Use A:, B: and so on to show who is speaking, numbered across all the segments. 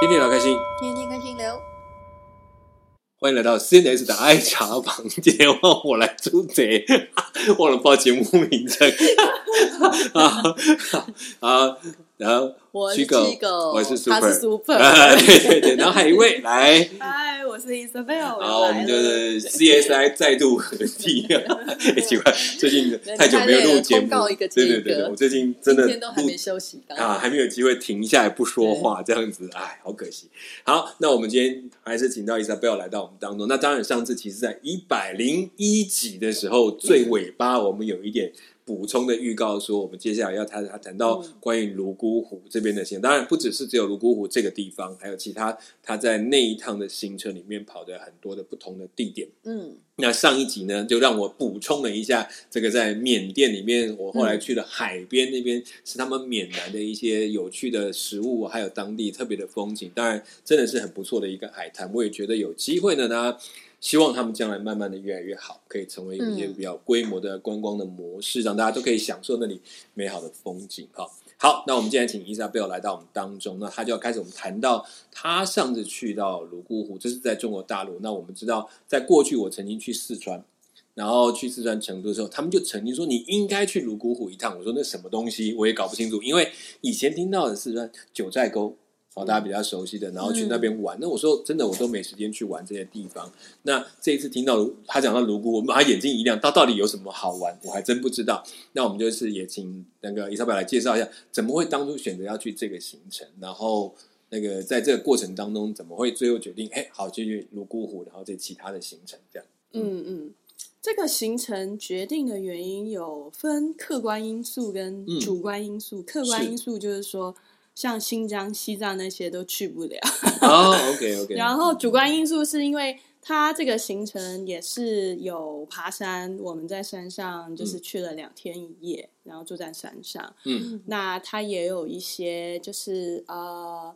A: 天天聊开心，
B: 天天开心聊。
A: 欢迎来到 CNS 的爱茶房间，让我来出贼， 忘了报节目名称 啊啊！然后
B: 我
A: 虚
B: 是
A: 构
B: Gigo，
A: 我是
B: 他
A: Super
B: 是 Super。
A: 啊，对对对，然后还有一位 来，
B: 嗨，我是 Isabel。
A: 好，我们就是 CSI 再度合 体，哎，奇怪，最近太久没有录节目
B: 太累了公告一个，接
A: 对
B: 一个
A: 对对对，我最近真的
B: 今天都还
A: 录
B: 没休息到。
A: 啊，还没有机会停下来不说话，这样子，哎，好可惜。好，那我们今天还是请到伊莎贝尔来到我们当中。那当然，上次其实在一百零一集的时候，最尾巴我们有一点补充的预告，说我们接下来要谈谈到
B: 嗯
A: 关于泸沽湖这边的线。当然，不只是只有泸沽湖这个地方，还有其他他在那一趟的行程里面跑的很多的不同的地点。
B: 嗯，
A: 那上一集呢，就让我补充了一下这个在缅甸里面，我后来去了海边那边，是他们缅南的一些有趣的食物，还有当地特别的风景。当然，真的是很不错的一个海滩。我也觉得有机会呢，大家希望他们将来慢慢的越来越好，可以成为一些
B: 嗯
A: 比较规模的观光的模式，让大家都可以享受那里美好的风景。哈，好，那我们今天请伊莎贝尔来到我们当中，那他就要开始我们谈到他上次去到泸沽湖，这是在中国大陆。那我们知道，在过去我曾经去四川，然后去四川成都的时候，他们就曾经说你应该去泸沽湖一趟。我说那什么东西我也搞不清楚，因为以前听到的四川九寨沟。哦，大家比较熟悉的，然后去那边玩。那我说真的，我都没时间去玩这些地方。那这一次听到泸他讲到泸沽，我马上眼睛一亮，它到底有什么好玩？我还真不知道。那我们就是也请那个伊莎贝尔来介绍一下，怎么会当初选择要去这个行程，然后那个在这个过程当中，怎么会最后决定，哎，好继续泸沽湖，然后这其他的行程这样。
C: 嗯嗯，这个行程决定的原因有分客观因素跟
A: 嗯
C: 主观因素。客观
A: 是
C: 因素就是说，像新疆、西藏那些都去不了。
A: 哦，OK OK，
C: 然后主观因素是因为它这个行程也是有爬山，我们在山上就是去了两天一夜，然后住在山上。
A: 嗯
C: 那它也有一些就是呃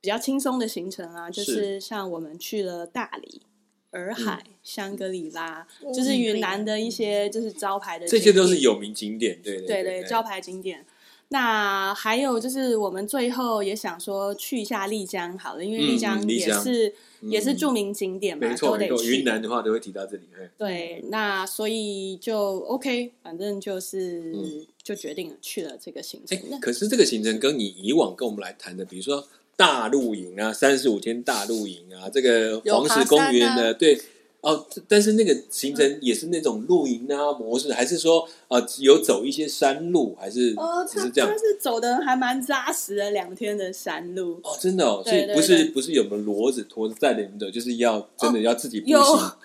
C: 比较轻松的行程啊，就是是像我们去了大理、
A: 嗯
C: 洱海、香格里拉，
B: 嗯
C: 就是云南的一些就是招牌的景
A: 这
C: 点，
A: 些都是有名景点，对
C: 对
A: 对
C: 对招牌景点。那还有就是，我们最后也想说去一下丽江好了，因为
A: 嗯
C: 丽江
A: 嗯丽
C: 也
A: 江
C: 是、也是
A: 嗯
C: 著名景点嘛，
A: 没错
C: 都
A: 没
C: 得
A: 错，
C: 去。
A: 云南的话都会提到这里，嘿
C: 对，那所以就 OK，反正就是、
A: 嗯
C: 就决定了去了这个行程
A: 哎。，
C: 那
A: 可是这个行程跟你以往跟我们来谈的，比如说大露营啊，三十五天大露营啊，这个
B: 有
A: 黄石
B: 爬
A: 公
B: 山
A: 园
B: 啊
A: 的，对。哦，但是那个行程也是那种露营啊模式，还是说呃有走一些山路，还是、
C: 哦，
A: 只
C: 他
A: 是这样
C: 他？是走的还蛮扎实的，两天的山路。
A: 哦，真的哦，所以
C: 对对
A: 不是
C: 对哦
A: 不是有没有骡子拖着载着你们走，就是要真的要自己步行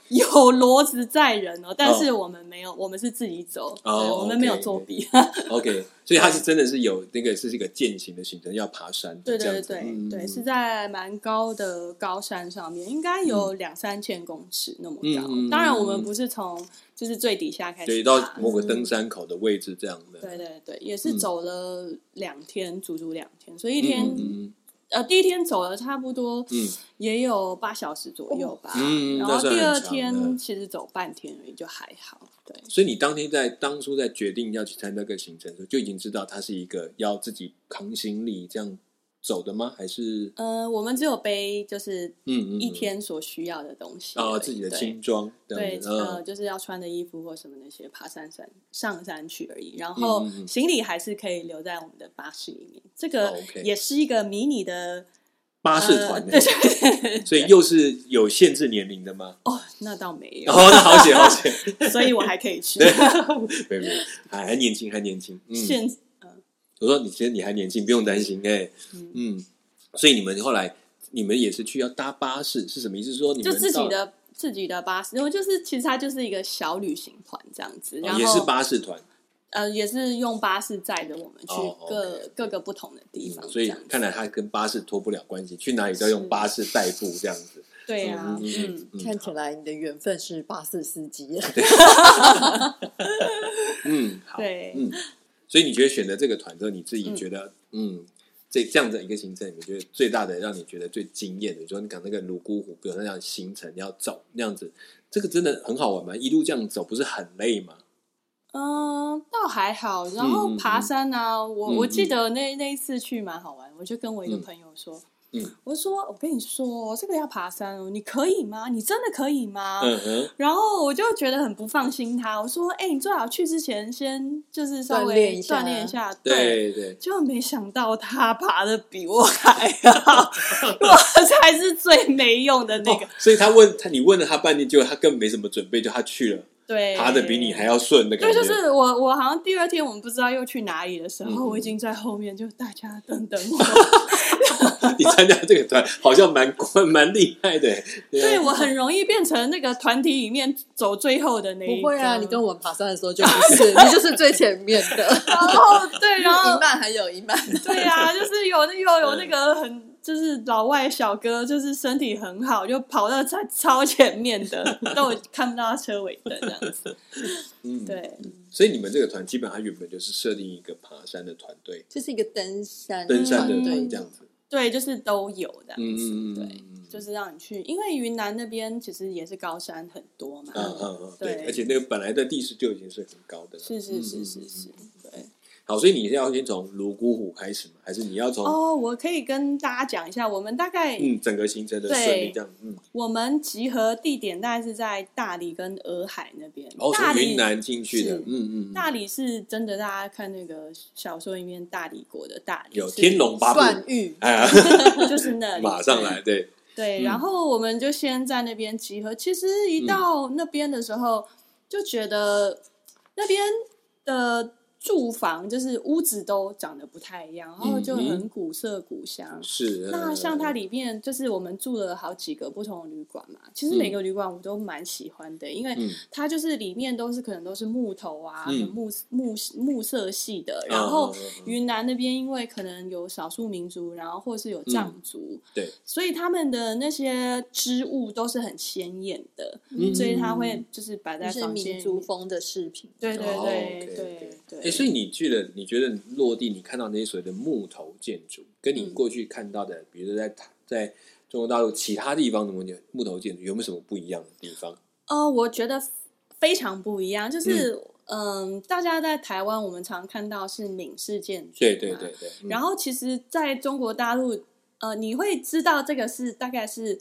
C: 有 有骡子载人哦，但是我们没有，我们是自己走，
A: 哦
C: 对我们
A: OK，
C: 没有作 弊。
A: OK，所以它是真的是有那个是一个践行的行程，要爬山，
C: 对
A: 这
C: 对
A: 样
C: 对
A: 子
C: 对、
A: 嗯
C: 对，是在蛮高的高山上面，应该有两三千公尺那么高。
A: 嗯嗯嗯嗯
C: 当然，我们不是从就是最底下开
A: 对
C: 始
A: 到
C: 爬
A: 某个登山口的位置这样的，
C: 对对对，也是走了两天，足足两天，所以一
A: 嗯，
C: 天、
A: 嗯
C: 呃第一天走了差不多
A: 嗯
C: 也有八小时左右吧，
A: 嗯嗯
C: 然
A: 那
C: 后
A: 算
C: 第
A: 很
C: 二
A: 长
C: 天
A: 的
C: 其实走半天而已，就还好。对，
A: 所以你当天在当初在决定要去参加这个行程的时候，就已经知道它是一个要自己扛行李这样走的吗？还是
C: 呃，我们只有背就是
A: 嗯嗯嗯
C: 一天所需要的东西
A: 啊、
C: 而已
A: 自己的
C: 对
A: 轻装这
C: 对
A: 样，子？
C: 呃，
A: 嗯
C: 就是要穿的衣服或什么那些，爬山山上山去而已。然后
A: 嗯嗯嗯
C: 行李还是可以留在我们的巴士里面，这个
A: 哦，OK
C: 也是一个迷你的
A: 巴
C: 巴
A: 士团呢、
C: 对对呃对，
A: 所以又是有限制年龄的吗？
C: 哦，那倒没有，
A: 哦，那好险好 险，
C: 所以我还可 以去。
A: 没有没有，还还年轻还年轻，嗯，
C: 现
A: 我说你其实你还年轻，不用担心哎、
C: 嗯
A: 嗯，所以你们后来你们也是去要搭巴士是什么意思？是说你们
C: 就自己
A: 到哦
C: 的自己的巴士，然后就是其实它就是一个小旅行团这样子，然
A: 哦
C: 后
A: 也是巴士团，
C: 呃，也是用巴士载着我们去
A: 哦
C: 各、
A: OK
C: 各个不同的地方，
A: 嗯所以
C: 这样子
A: 看来他跟巴士脱不了关系，去哪里都要用
C: 是
A: 巴士代步这样子。
C: 对啊，
A: 嗯嗯
C: 嗯，
A: 嗯
B: 看起来你的缘分是巴士司机，
A: 嗯，好，
C: 对，
A: 嗯，所以你觉得选择这个团之后，你自己觉得，嗯，这这样的一个行程，你觉得最大的让你觉得最惊艳的，你说你讲那个泸沽湖，比如说那样行程要走那样子，这个真的很好玩吗？一路这样走不是很累吗？
C: 嗯，倒还好。然后
A: 嗯嗯
C: 爬山啊，我
A: 嗯
C: 我
A: 嗯
C: 记得那那一次去蛮好玩，我就跟我一个
A: 嗯
C: 朋友说，
A: 嗯
C: 我就说，我跟你说，这个要爬山哦，你可以吗？你真的可以吗？
A: 嗯哼，
C: 然后我就觉得很不放心他，我说：“哎、你最好去之前先就是稍微
B: 锻炼一下
C: 锻炼一下。”
A: 对
C: 对，
A: 对，
C: 就没想到他爬的比我还 好，我才是最没用的那个。
A: 哦，所以他问他，你问了他半天，结果他根本没什么准备，就他去了，
C: 对，
A: 爬的比你还要顺的感
C: 对，
A: 觉。
C: 就是我，我好像第二天我们不知道又去哪里的时候，
A: 嗯
C: 我已经在后面，就大家等等我。
A: 你参加这个团，好像蛮蛮厉害的。
C: 对
A: 啊
C: 我很容易变成那个团体里面走最后的那一个。
B: 不会啊，你跟我们爬山的时候就不是，你就是最前面的，
C: 然后对，啊 然后
B: 一半还有一半。
C: 对呀、就是有那又有那个很就是老外小哥，就是身体很好，就跑到超超前面 的，但我看不到他车尾灯这样子。
A: 嗯，
C: 对，
A: 所以你们这个团基本上它原本就是设定一个爬山的团队，
B: 就是一个登山
A: 登山的团
B: 对
A: 这样子。
C: 对，就是都有这样子。
A: 嗯嗯嗯，
C: 嗯对，就是让你去，因为云南那边其实也是高山很多嘛。
A: 嗯嗯嗯，对，
C: 对
A: 而且那个本来的地势就已经是很高的了。
C: 是是是是
A: 嗯
C: 是。，对。
A: 好，所以你是要先从泸沽湖开始吗？还是你要从
C: 哦，我可以跟大家讲一下，我们大概、
A: 嗯整个行程的
C: 对
A: 顺利这样？嗯，
C: 我们集合地点大概是在大理跟洱海那边。
A: 哦，
C: 大
A: 从
C: 理
A: 云南进去的
C: 是，
A: 嗯嗯
C: 大
A: 嗯，
C: 理是真的，大家看那个小说里面大理国的大理，
A: 有
C: 是
A: 天龙八
B: 段
A: 部，
B: 誉，
A: 哎呀，
C: 就是那里，
A: 马上来，对，
C: 对。
A: 嗯
C: 然后我们就先在那边集合。其实一到那边的时候，就觉得那边的住房就是屋子都长得不太一样，然后就
A: 嗯
C: 很古色古香。
A: 是。嗯
C: 那像它
A: 理，
C: 里面就是我们住了好几个不同的旅馆嘛，其实
A: 嗯
C: 每个旅馆我都蛮喜欢的，因为
A: 嗯
C: 它就是里面都是可能都是木头啊、
A: 嗯
C: 木木木色系的，
A: 嗯
C: 然后
A: 嗯嗯嗯
C: 云南那边因为可能有少数民族，然后或是有藏族，
A: 嗯对，
C: 所以他们的那些织物都是很鲜艳的，
A: 嗯
C: 所以它会就是摆在
B: 就是
C: 房
B: 民
C: 间。
B: 族风的饰品。
C: 对对
A: 哦
C: 对
A: ，OK，OK
C: 对对，
A: 哎，所以你去了，你觉得落地你看到那些所谓的木头建筑，跟你
C: 嗯
A: 过去看到的，比如说在台在中国大陆其他地方的木头木头建筑，有没有什么不一样的地方？
C: 呃，我觉得非常不一样，就是嗯、大家在台湾我们常看到是闽式建筑，
A: 对对对。对，嗯
C: 然后其实在中国大陆，呃，你会知道这个是大概是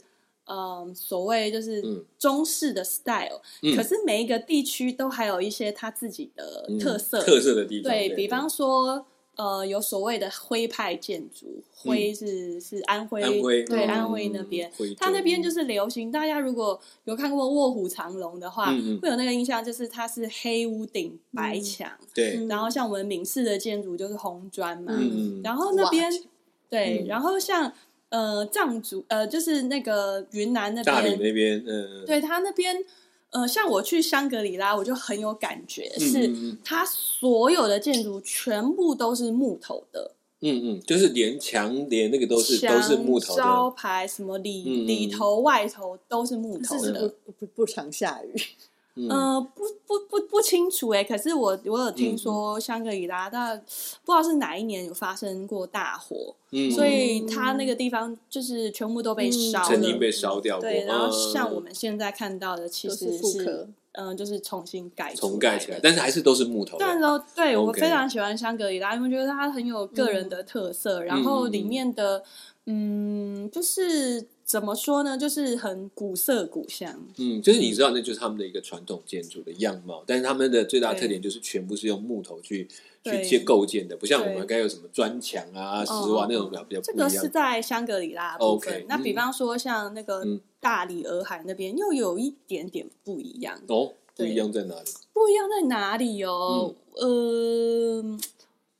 C: 嗯、呃所谓就是
A: 嗯
C: 中式的 style，、
A: 嗯
C: 可是每一个地区都还有一些它自己的
A: 嗯
C: 特色，
A: 特色的地方，
C: 对比方说。呃，有所谓的徽派建筑，徽是、是安徽，
A: 嗯安徽
C: 对、
A: 嗯
C: 安徽那边，
A: 徽州
C: 它那边就是流行。大家如果有看过《卧虎藏龙》的话，
A: 嗯嗯
C: 会有那个印象，就是它是黑屋顶白
B: 嗯
C: 墙，
A: 对，
C: 然后像我们闽式的建筑就是红砖嘛，
A: 嗯嗯
C: 然后那边
B: 瓦片
C: 对，
A: 嗯
C: 然后像呃藏族呃就是那个云南那
A: 大理
C: 边，
A: 那边，嗯，嗯，
C: 对他那边呃像我去香格里拉，我就很有感觉，
A: 嗯
C: 是
A: 嗯
C: 它所有的建筑全部都是木头的，
A: 嗯嗯，就是连墙连那个都是
C: 墙
A: 都是木头
C: 招
A: 的，
C: 牌什么里、
A: 嗯嗯
C: 里头外头都是木头
B: 是不是
C: 的，
B: 不不不不常下雨？
A: 嗯，
C: 呃，不不不不清楚哎、可是我我有
A: 嗯嗯
C: 听说香格里拉，但不知道是哪一年有发生过大火，
A: 嗯
C: 所以它那个地方就是全部都被烧了。
A: 曾经被烧掉过，
C: 嗯对，然后像我
A: 嗯
C: 们现在看到的，其
B: 都
C: 实
B: 是复刻
C: 是嗯、就是重新盖出
A: 重盖起来，
C: 的
A: 但是还是都是木头的，
C: 但是对我
A: OK
C: 非常喜欢香格里拉，因为觉得它很有个人的特
A: 嗯
C: 色，然后里面的嗯，就是怎么说呢，就是很古色古香。
A: 嗯，就是你知道，那就是他们的一个传统建筑的样貌，但是他们的最大特点就是全部是用木头去去
C: 对
A: 建构建的，不像我
C: 对
A: 们该有什么砖墙啊、石
C: 哦
A: 瓦那种比较比较
C: 这
A: 不
C: 个
A: 一
C: 是
A: 样。
C: 在香格里拉的部分。
A: OK，
C: 那比
A: 嗯
C: 方说像那个
A: 嗯
C: 大理、洱海那边、又有一点点不一样，
A: 哦，不
C: 对
A: 一样在哪里？
C: 不一样在哪里哦？
A: 嗯
C: 呃，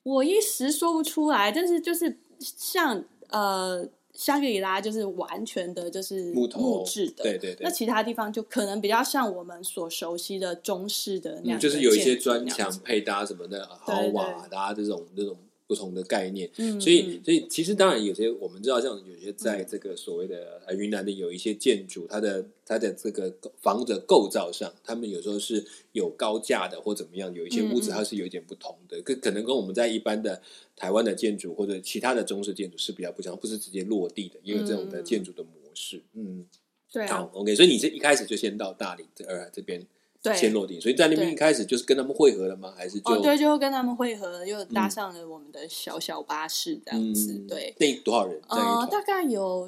C: 我一时说不出来，但是就是像呃香格里拉就是完全的就是
A: 木头
C: 木质的，
A: 对对对
C: 那，其他地方就可能比较像我们所熟悉的中式的那样
A: 嗯，就
C: 的建筑那样子、
A: 是有一些砖墙配搭什么的豪瓦
C: 对
A: 搭这种这种不同的概念。
C: 嗯，嗯，
A: 所以，所以其实当然有些我们知道，像有些在这个所谓的呃云南的有一些建筑，它的它的这个房子的构造上，他们有时候是有高架的或怎么样，有一些屋子
C: 嗯嗯
A: 它是有一点不同的，可可能跟我们在一般的台湾的建筑或者其他的中式建筑是比较不相，不是直接落地的，也有这种的
C: 嗯嗯
A: 建筑的模式。嗯，
C: 对啊
A: 好，OK，所以你是一开始就先到大理这洱海这边
C: 对
A: 先落地，所以在那边
C: 对
A: 一开始就是跟他们会合了吗？还是就、
C: 哦，对，就跟他们会合，又搭上了我们的小小巴士这样子，
A: 嗯，
C: 对，
A: 那多少人在一
C: 呃，
A: 团？嗯
C: 大概有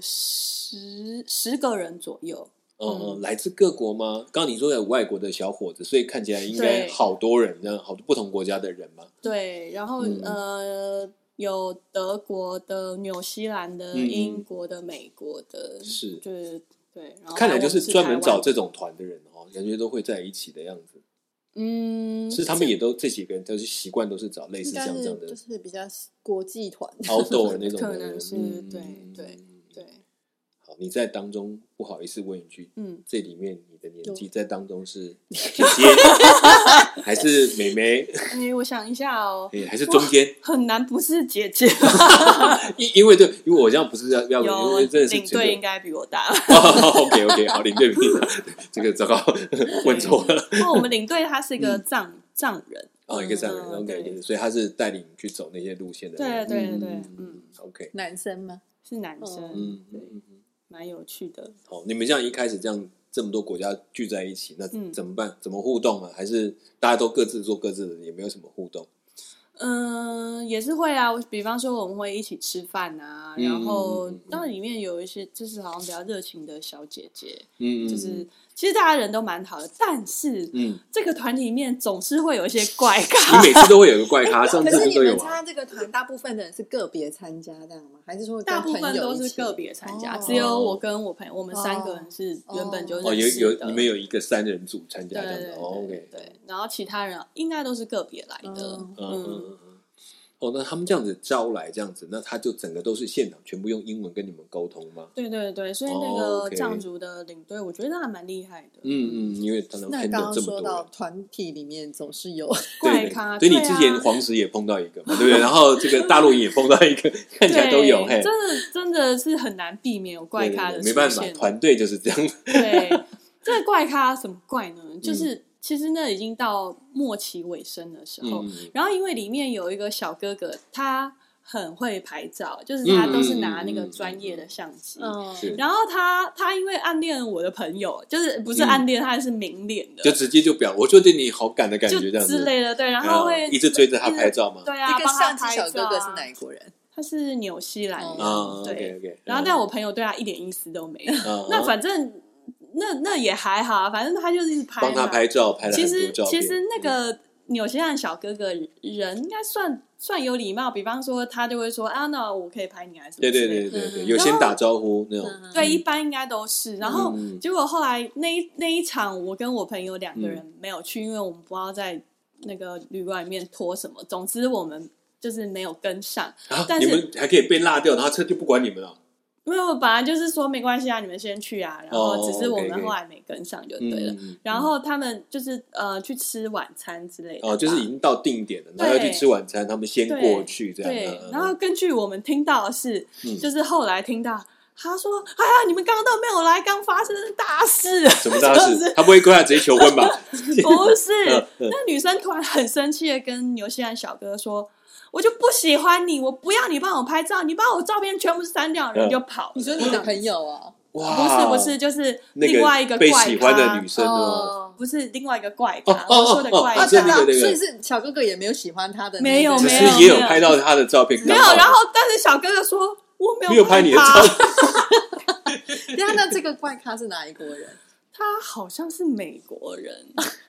C: 十十个人左右，
A: 嗯嗯，来自各国吗？刚刚你说的外国的小伙子，所以看起来应该
C: 对
A: 好多人，呢，好多不同国家的人嘛。
C: 对，然后、
A: 嗯
C: 呃，有德国的、纽西兰的、
A: 嗯
C: 英国的、美国的，
A: 是
C: 就是对，然后
A: 看来就
C: 还有
A: 是专门
C: 台湾
A: 找这种团的人哦，感觉都会在一起的样子。
C: 嗯，
A: 其实他们也都这几个人都是习惯都是找类似
B: 应
A: 像
B: 该
A: 这
B: 是
A: 样
B: 就
A: 的
B: 是比较国际团，
A: outdoor 那种的人，
C: 可能是
A: 嗯
C: 对对。对，
A: 好，你在当中不好意思问一句，
C: 嗯，
A: 这里面你的年纪
B: 有
A: 在当中是姐姐还是妹妹，
C: 因哎为我想一下哦，
A: 哎还是中间？
C: 很难不是姐姐，
A: 因因为对，因为我这样不是要要，因
C: 有
A: 为真的是
C: 领
A: 觉得
C: 队应该比我大，
A: OK OK，好，领队名，这个糟糕，问错了。
C: 因为我们领队他是一
A: 嗯
C: 个藏藏人，
A: 哦，一个藏人
C: 嗯
A: ，OK，
C: 对
A: 所以他是带领你去走那些路线的人。
C: 对对对
A: 嗯
C: 嗯
A: ，OK，
B: 男生吗？
C: 是男生，
A: 嗯嗯嗯嗯，
C: 蛮有趣的。
A: 好，你们这样一开始这样这么多国家聚在一起，那
C: 嗯
A: 怎么办？怎么互动啊？还是大家都各自做各自的，也没有什么互动？
C: 嗯，也是会啊。比方说，我们会一起吃饭啊，
A: 嗯
C: 然后
A: 嗯嗯嗯
C: 那里面有一些就是好像比较热情的小姐姐，
A: 嗯，
C: 就是其实大家人都蛮好的，但是
A: 嗯，
C: 这个团里面总是会有一些怪
B: 嗯
C: 咖。
A: 你每次都会有个怪 咖，上
B: 可
A: 次
B: 是
A: 不
B: 你
A: 都有
B: 们
A: 啊？
B: 参加这个团，大部分的人是个别参加这样吗？还是说跟
C: 大部
B: 朋
C: 分
B: 友
C: 都
B: 一
C: 是
B: 起
C: 个别参加，
B: 哦
C: 只有我跟我朋友，我们三个人是原本就
A: 哦，
C: 认
A: 有
C: 识
A: 有
C: 的。，
A: 你们有一个三人组参加
C: 对
A: 这样
C: 对
A: 子
C: 对
A: ，OK，
C: 对，然后其他人啊应该都是个别来的
B: 嗯。
A: 嗯嗯
C: 嗯，
A: 嗯嗯，哦，那他们这样子招来这样子，那他就整个都是现场全部用英文跟你们沟通吗？
C: 对对对，所以
A: 哦
C: 那个
A: ，OK
C: 藏族的领队，我觉得他还蛮厉害的。
A: 嗯嗯，因为他能
B: 那刚
A: handle
B: 刚
A: 这么多
B: 说到
A: 人。
B: 团体里面总是 有，
A: 对
C: 怪
A: 对，
C: 咖，
A: 所以你
C: 对
A: 之
C: 啊
A: 前黄石也碰到一个嘛，对不对？然后这个大陆营也碰到一 个，看起来都有嘿
C: 对，真的真的是很难避免有怪咖的
A: 对对对
C: 出
A: 没办
C: 现。
A: 法，团队就是这样。
C: 对，这个怪咖怎么怪呢？就是、其实那已经到末期尾声的时候，
A: 嗯嗯，
C: 然后因为里面有一个小哥哥，他很会拍照，就是他都是拿那个专业的相机。
B: 嗯
A: 是
C: 然后他他因为暗恋我的朋友，就是不是暗恋，他是明恋的，
A: 就直接就表，我就对你好感的感
C: 就
A: 觉这样
C: 之
A: 子，
C: 类的，对，然后会
A: 嗯一直追着他拍，照嘛
C: 一直。对啊，
B: 这个
C: 帮他
B: 相机
C: 拍
B: 小哥哥
C: 照啊
B: 是哪一国人？
C: 他是纽西兰人，
A: 啊嗯
C: 对。
A: ，OK OK。
C: 然后，但我朋友对他一点意思都没有。那
A: 那
C: 反正那那也还好啊，反正他就是一直拍
A: 帮
C: 嘛。
A: 他拍照，拍了
C: 其
A: 很多
C: 实
A: 照
C: 其
A: 片。
C: 实那个纽西兰小哥哥人应该算算有礼貌，比方说他就会说啊，那我可以拍你啊什么
A: 对
C: 之类
A: 对
C: 的。
A: 对对对，
B: 嗯
A: 有
C: 然
A: 先
C: 后
A: 打招呼那种。
B: 嗯
C: 对一般应该都是。然后
A: 嗯
C: 结果后来那一那一场，我跟我朋友两个人没有去，因为我们不知道在那个旅馆里面拖什么。总之我们就是没有跟上，
A: 啊
C: 但
A: 你
C: 是
A: 们还可以被落掉，然后车就不管你们了。
C: 因为我本来就是说没关系啊，你们先去啊，然后只是我
A: 哦
C: 们
A: ，OK，OK
C: 后来没跟上就对了。
A: 嗯，
C: 然后他们就是呃去吃晚餐之类的吧，
A: 哦，就是已经到定点了，然后要去吃晚餐，他们先过去这样。
C: 对
A: 嗯。嗯
C: 然后根据我们听到的是，
A: 嗯
C: 就是后来听到他说：“哎呀，你们刚刚都没有来，刚发生大事。
A: 什 么大
C: 就
A: 事？
C: 是
A: 他不会跟他直接求婚吧？”
C: 不是
A: 嗯，嗯
C: 那女生突然很生气的跟纽西兰小哥说。我就不喜欢你，我不要你帮我拍照，你把我照片全部删掉，人就跑了。
B: 你说你的朋友啊？
A: 哇，
C: 不是不是，就是
A: 那
C: 另外一个
A: 被
C: 怪
A: 喜欢
C: 咖
A: 的女生哦，
C: 不是另外一个怪
A: 哦
C: 咖，
A: 哦
C: 我说的
A: 哦哦
C: 怪
A: 哦
C: 咖，
A: 是那个
B: 啊
A: 那个
B: 所以是小哥哥也没有喜欢他的那个，
C: 没有
A: 只
C: 没
A: 是也有
C: 没有
A: 拍到他的照片，
C: 没有。
A: 刚好
C: 然后但是小哥哥说我没
A: 没有拍
C: 拍
A: 你的照
C: 他
A: 片，
B: 对啊， 那这个怪咖是哪一国 人？
C: 他好像是美国 人，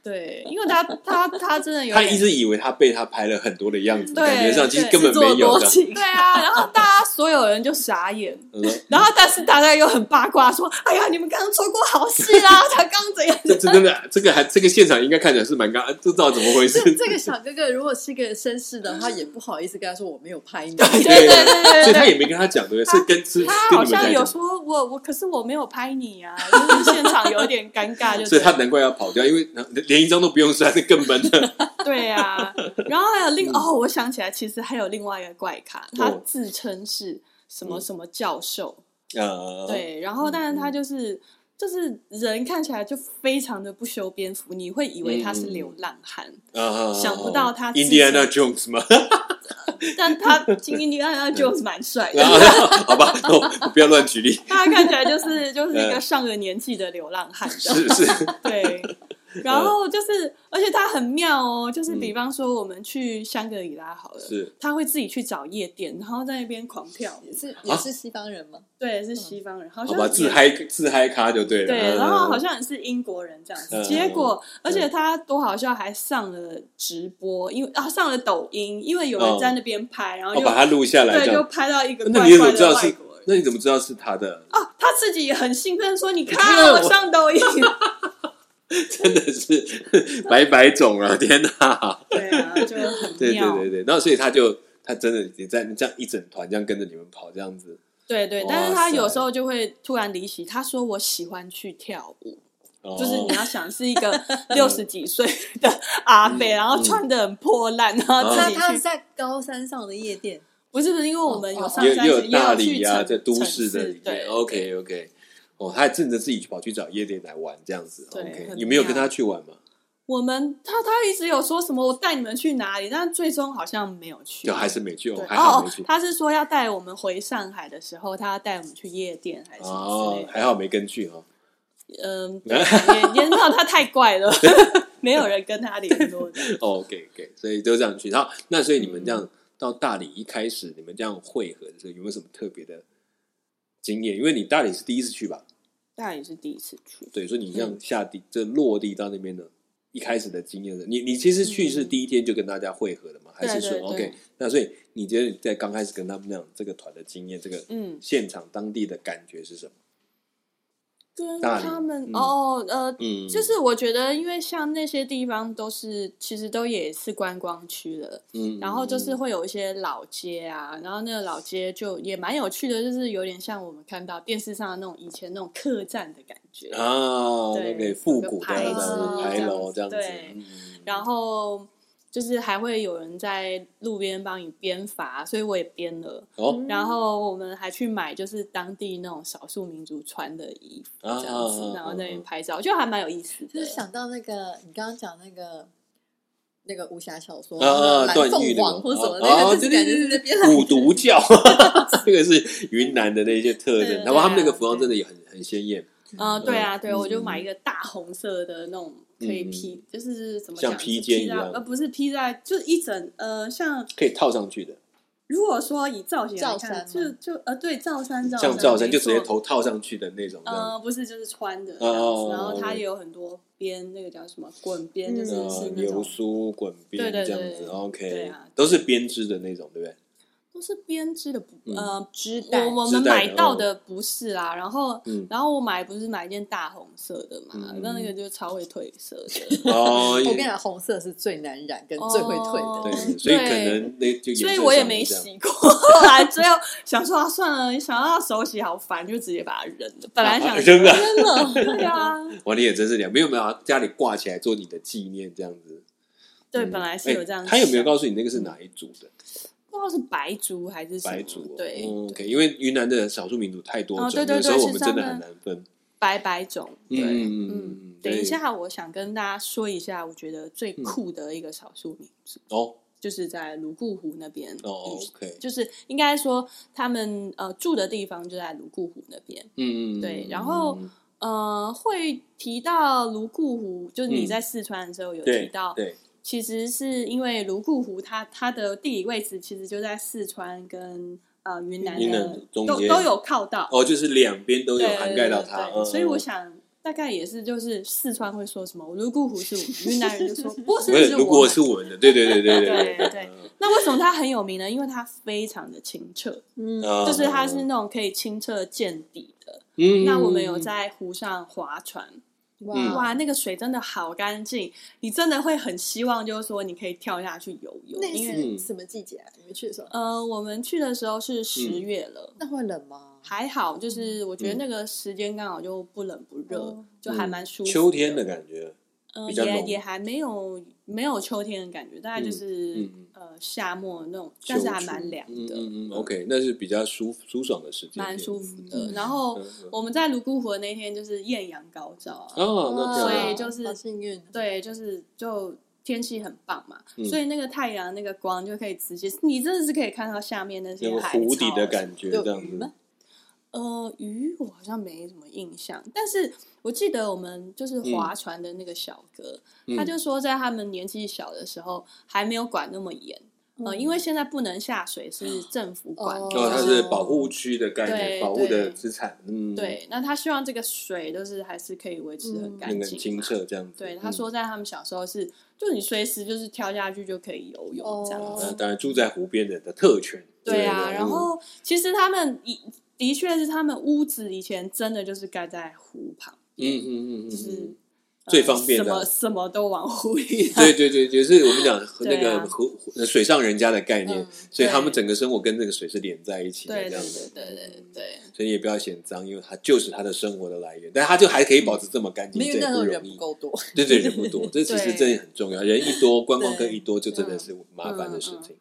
C: 对，因为他他他真的有
A: 他
C: 点
A: 一直以为他被他拍了很多的样子，
C: 对
A: 感觉上其实根本
B: 自作
A: 没有
B: 多
A: 的。
B: 情
C: 对 啊，然后大家所有人就傻眼，
A: 嗯
C: 然后但是大家又很八卦说，哎呀，你们刚刚错过好戏 啦，才刚怎样？
A: 这这真的，这个还这个现场应该看起来是蛮尴，不知道怎么 回事
B: 这。这个小哥哥如果是个绅士的话，也不好意思跟他说我没有拍 你。
A: 对
C: 对对对对
A: 所以
C: 对
A: 他
C: 对。
A: 也没跟他讲，对不对？是跟是
C: 他
A: 跟
C: 好
A: 你们
C: 像
A: 在
C: 有
A: 讲，
C: 说我我，可是我没有拍你啊，就是现场有点尴尬，就
A: 所以
C: 是
A: 他难怪要跑掉，因为连一张都不用删，更闷的。
C: 对啊。然后还有另哦，我想起来，其实还有另外一个怪咖，
A: 嗯
C: 他
A: 哦
C: 自称是什么
A: 嗯
C: 什么教授，
A: 呃，
C: 对，然后但
A: 嗯
C: 是他就是、就是人看起来就非常的不修边幅，你会以为他
A: 嗯
C: 是流浪汉，
A: 啊，
C: 想不到他之前
A: Indiana Jones 吗？
C: 但 他今天你看他就是蛮帅的，
A: 啊好吧，那我我不要乱举例。
C: 他看起来就是就是一
A: 嗯
C: 个上了年纪的流浪汉这样，
A: 是是，
C: 对。 然后
A: 嗯
C: 就是，而且它很妙哦，就是比方说我们去香格里拉好了，
A: 是
C: 他会自己去找夜店，然后在那边狂跳舞
B: 也。是也是西方人吗？
C: 对，是西方人，好
A: 嗯好
C: 像
A: 吧，
C: 也
A: 自嗨自嗨咖就对了。
C: 对，
A: 嗯
C: 然后好像也是英国人这样子。
A: 嗯
C: 结果，而且
A: 嗯
C: 他多好笑，还上了直播，因为啊上了抖音，因为有人在那边拍，然后
A: 我嗯
C: 就
A: 哦把它录下来，这
C: 对，就
A: 样。
C: 拍到一个
A: 那
C: 怪
A: 你怎
C: 怪
A: 么知道
C: 的外
A: 是
C: 国人？
A: 那你怎么知道是他的？
C: 啊，他自己也很兴奋说：“你
A: 你看
C: 看啊我
A: 我
C: 上 抖音。
A: 真的是百百种啊！天哪！”
C: 对啊，就很
A: 对对
C: 妙。
A: 对对，然后所以他就他真的也在这样一整团这样跟着你们跑这样子。
C: 对对
A: 哇
C: 但是他
A: 塞
C: 有时候就会突然离席。他说：“我喜欢去跳舞。”
A: 哦
C: 就是你要想是一个 六十几岁的阿
A: 嗯
C: 伯，然后穿的很破烂，然后自
B: 他
C: 己
B: 他是
C: 去，
B: 在高山上的夜店，
C: 不是不是，因为我们有上
A: 哦也
C: 山，
A: 也有大理
C: 啊，
A: 啊，在都市的
C: 城
A: 里
C: 市对
A: 面。OK OK，哦，他还真的自己跑去找夜店来玩这样子。
C: 对
A: OK，
C: 很
A: 你没有
C: 妙
A: 跟他去玩吗？
C: 我们他他一直有说什么我带你们去哪里，但最终好像没有去，
A: 就还是没去，哦
C: 对
A: 还好
C: 哦
A: 没去，。
C: 他是说要带我们回上海的时候，他要带我们去夜店还是什么之
A: 哦
C: 类，的，
A: 还好没跟去哦。
C: 嗯，对也也知道他太怪了，没有人跟他联络的，
A: OK OK，所以就这样去。然后那所以你们这样
C: 嗯
A: 到大理一开始，你们这样汇合的时候，有没有什么特别的经验？因为你大理是第一次去吧？
C: 大理是第一次去，
A: 对，所以你这样
C: 嗯
A: 下地，这落地到那边呢，一开始的经验呢，你你其实去是第一天就跟大家汇合了吗？还是说
C: 嗯对对对
A: OK？那所以你觉得你在刚开始跟他们那样这个团的经验，这个
C: 嗯。
A: 现场当地的感觉是什么？
C: 跟
A: 大理
C: 他们、
A: 嗯
C: 哦，呃，
A: 嗯
C: 就是我觉得，因为像那些地方都是其实都也是观光区了，
A: 嗯，
C: 然后就是会有一些老街啊，然后那个老街就也蛮有趣的，就是有点像我们看到电视上的那种以前那种客栈的感觉。
A: 啊，
C: 对
A: 那个
C: 有
A: 复
C: 个
A: 古的
C: 牌
A: 这样子
B: 子
A: 牌
B: 这样
A: 楼
C: 子
A: 这样子，
C: 对
A: 嗯
C: 然后就是还会有人在路边帮你编发，所以我也编了。
A: 哦
C: 然后我们还去买就是当地那种少数民族穿的衣服
A: 啊
C: 嗯这样子，
A: 啊
C: 然后
A: 啊
C: 在那
A: 啊
C: 边拍照，就还蛮有意思的。欸
B: 就是想到那个你刚刚讲那个。那个武侠小说，
A: 啊，
B: 蓝
A: 段誉
B: 凤
A: 那
B: 凰
A: 种
B: 或什么
A: 啊
B: 那
A: 啊
B: 个，就是感觉是那
A: 对
B: 边
A: 对对啊五毒 教，这个是云南的那一些特征
C: 对。
A: 然后他们那个
C: 对
A: 服装真的也很很鲜艳，
C: 嗯，对啊，对，
A: 嗯
C: 我就买一个大红色的那种可以披，就是怎么
A: 像
C: 讲
A: 披
C: 是
A: 肩一
C: 在
A: 样
C: 呃，不是披在，就是一整呃，像
A: 可以套上去的，
C: 如果说以造型来
B: 罩衫吗
C: 看，就就呃，对，罩衫，罩
A: 像罩衫
C: 没
A: 就直接
C: 错。
A: 头套上去的那种。这样
C: 呃，不是，就是穿的这
A: 哦
C: 样
A: 哦哦
C: 子，然后它
A: 哦
C: 也有很多边，那个叫什么滚边，
B: 嗯
C: 就是
A: 呃
C: 是那
A: 流
C: 种
A: 苏滚边
C: 对对
A: 这
C: 对
A: 样子
C: 对对
A: ，OK，
C: 啊
A: 都是编织的那种，对不对？
C: 都是编织的，不
A: 嗯
C: 呃，
B: 织带
C: 我我
A: 织
C: 们
A: 带
C: 买
A: 的
C: 到
A: 嗯
C: 的不是啦，然后
A: 嗯
C: 然后我买不是买一件大红色的嘛
A: 嗯，
C: 那那个就超会褪色的，
A: 哦，
B: 我跟你讲，红色是最难染跟最会褪的。
A: 对，所以可
C: 哦对
A: 能那就
C: 所
A: 衍
C: 以
A: 生
C: 我也
A: 上
C: 没
A: 面这样。
C: 洗过。后来最后想说、啊、算了，想到手洗好烦，就直接把它扔了。本来想、
A: 啊扔了，
C: 扔了，对啊，
A: 哇，你也真是两，没有没有，家里挂起来做你的纪念这样子。
C: 对，
A: 嗯
C: 本来是有这样
A: 哎
C: 想。嗯
A: 他有没有告诉你那个是哪一组的？
C: 不知道是白竹还是什么
A: 白族哦
C: 对，
A: 嗯，OK，因为云南的少数民族太多
C: 哦
A: 种，
C: 对对
A: 有时
C: 对
A: 候我
C: 是
A: 们
C: 他
A: 真的
C: 们
A: 很难分。
C: 白白种。对，
A: 嗯嗯嗯
C: 嗯
A: 嗯
C: 等
A: 对嗯
C: 一下，我想跟大家说一下，我觉得最酷的一个少数民族，
A: 哦
C: 就是在泸沽湖那边。
A: 哦，OK，
C: 就是应该说，他们呃住的地方就在泸沽湖那边。
A: 嗯嗯，
C: 对
A: 嗯
C: 然后
A: 嗯
C: 呃，会提到泸沽湖，就是你
A: 嗯
C: 在四川的时候有提
A: 对
C: 到，
A: 对，
C: 其实是因为泸沽湖它它的地理位置其实就在四川跟呃云南
A: 云
C: 的
A: 南中
C: 都
A: 间
C: 都有靠到，
A: 哦，就是两边都有
C: 对
A: 涵盖到它
C: 对，对
A: 嗯
C: 所以我
A: 嗯
C: 想大概也是就是四川会说什么泸沽湖是 我们，云南人就说不
A: 不
C: 是
A: 是，
C: 是
A: 如果
C: 我
A: 是
C: 们。
A: 我们嗯的，对对对 对对
C: 对对那为什么它很有名呢？因为它非常的清澈，
B: 嗯，
A: 嗯
C: 就是它是那种可以清澈见底的。
A: 嗯
C: 那我们有在湖上划船，
A: 嗯
C: 哇，，那个水真的好干净，你真的会很希望就是说你可以跳下去游泳，
B: 那
C: 因为
A: 嗯
B: 是什么季节啊？你们去的时候，
C: 呃，我们去的时候是
A: 嗯
C: 十月了，
B: 那会冷吗？
C: 还好，就是我觉得那个时间刚好就不冷不热，
B: 哦
C: 就还蛮舒服。
A: 秋天的，感觉，
C: 呃，
A: 比较
C: 也
A: 浓
C: 也还没有没有秋天的感觉，大概就是、
A: 嗯嗯
C: 呃夏末那种，但是还蛮凉的，
A: 嗯嗯嗯，OK，那是比较舒舒爽的时间，
C: 蛮舒服的。
A: 嗯
C: 然后
A: 嗯嗯
C: 我们在泸沽湖的那天就是艳阳高照啊，
A: 哦，那漂
C: 所
A: 亮
C: 以就是
B: 好幸运，
C: 对，就是就。天气很棒嘛，
A: 嗯
C: 所以那个太阳那个光就可以直接，你真的是可以看到下面那
A: 那
C: 些
A: 个
C: 海
A: 湖底
C: 草
A: 的感觉，这
B: 有
A: 样
B: 鱼
A: 子
B: 吗，
C: 呃，鱼我好像没什么印象，但是我记得我们就是划船的那个小哥，
A: 嗯
C: 他就说在他们年纪小的时候还没有管那么严，呃，因为现在不能下水是政府管
B: 嗯哦
C: 的，
A: 哦，它
C: 就是
A: 是保护区的概念，
C: 对
A: 保护的
C: 对
A: 资产，嗯，，
C: 对，那他希望这个水都是还是可以维持很
B: 嗯
A: 那
C: 干
A: 个
C: 净嘛，
A: 清澈这样子。
C: 对，
A: 嗯
C: 他说在他们小时候是，就你随时就是跳下去就可以游泳这样
B: 哦
C: 子。
A: 那当然住在湖边的人的特权。
C: 对啊，
A: 嗯
C: 然后其实他们以的确是他们屋子以前真的就是盖在湖旁，
A: 嗯嗯嗯嗯嗯，
C: 就是、
A: 嗯
C: 呃
A: 最方便
C: 什么
A: 的。
C: 什么都往湖里拉。
A: 对对对，就是我们讲
C: 对
A: 那
C: 啊
A: 个湖湖水上人家的概念
B: 嗯，
A: 所以他
C: 对
A: 们整个生活跟这个水是连在一起的
C: 对对
A: 这样
C: 对
A: 子。
C: 对对对
A: 所以也不要嫌脏，因为它就是他的生活的来源，但他就还可以保持这么干净，这
B: 因为
A: 也
B: 那时候
A: 不
B: 人
A: 容
B: 不
A: 易。
B: 够多，
A: 对对，人不多，这其实
C: 对
A: 真的很重要。人一多，观光客
B: 对
A: 一多，就真的是麻烦的事情。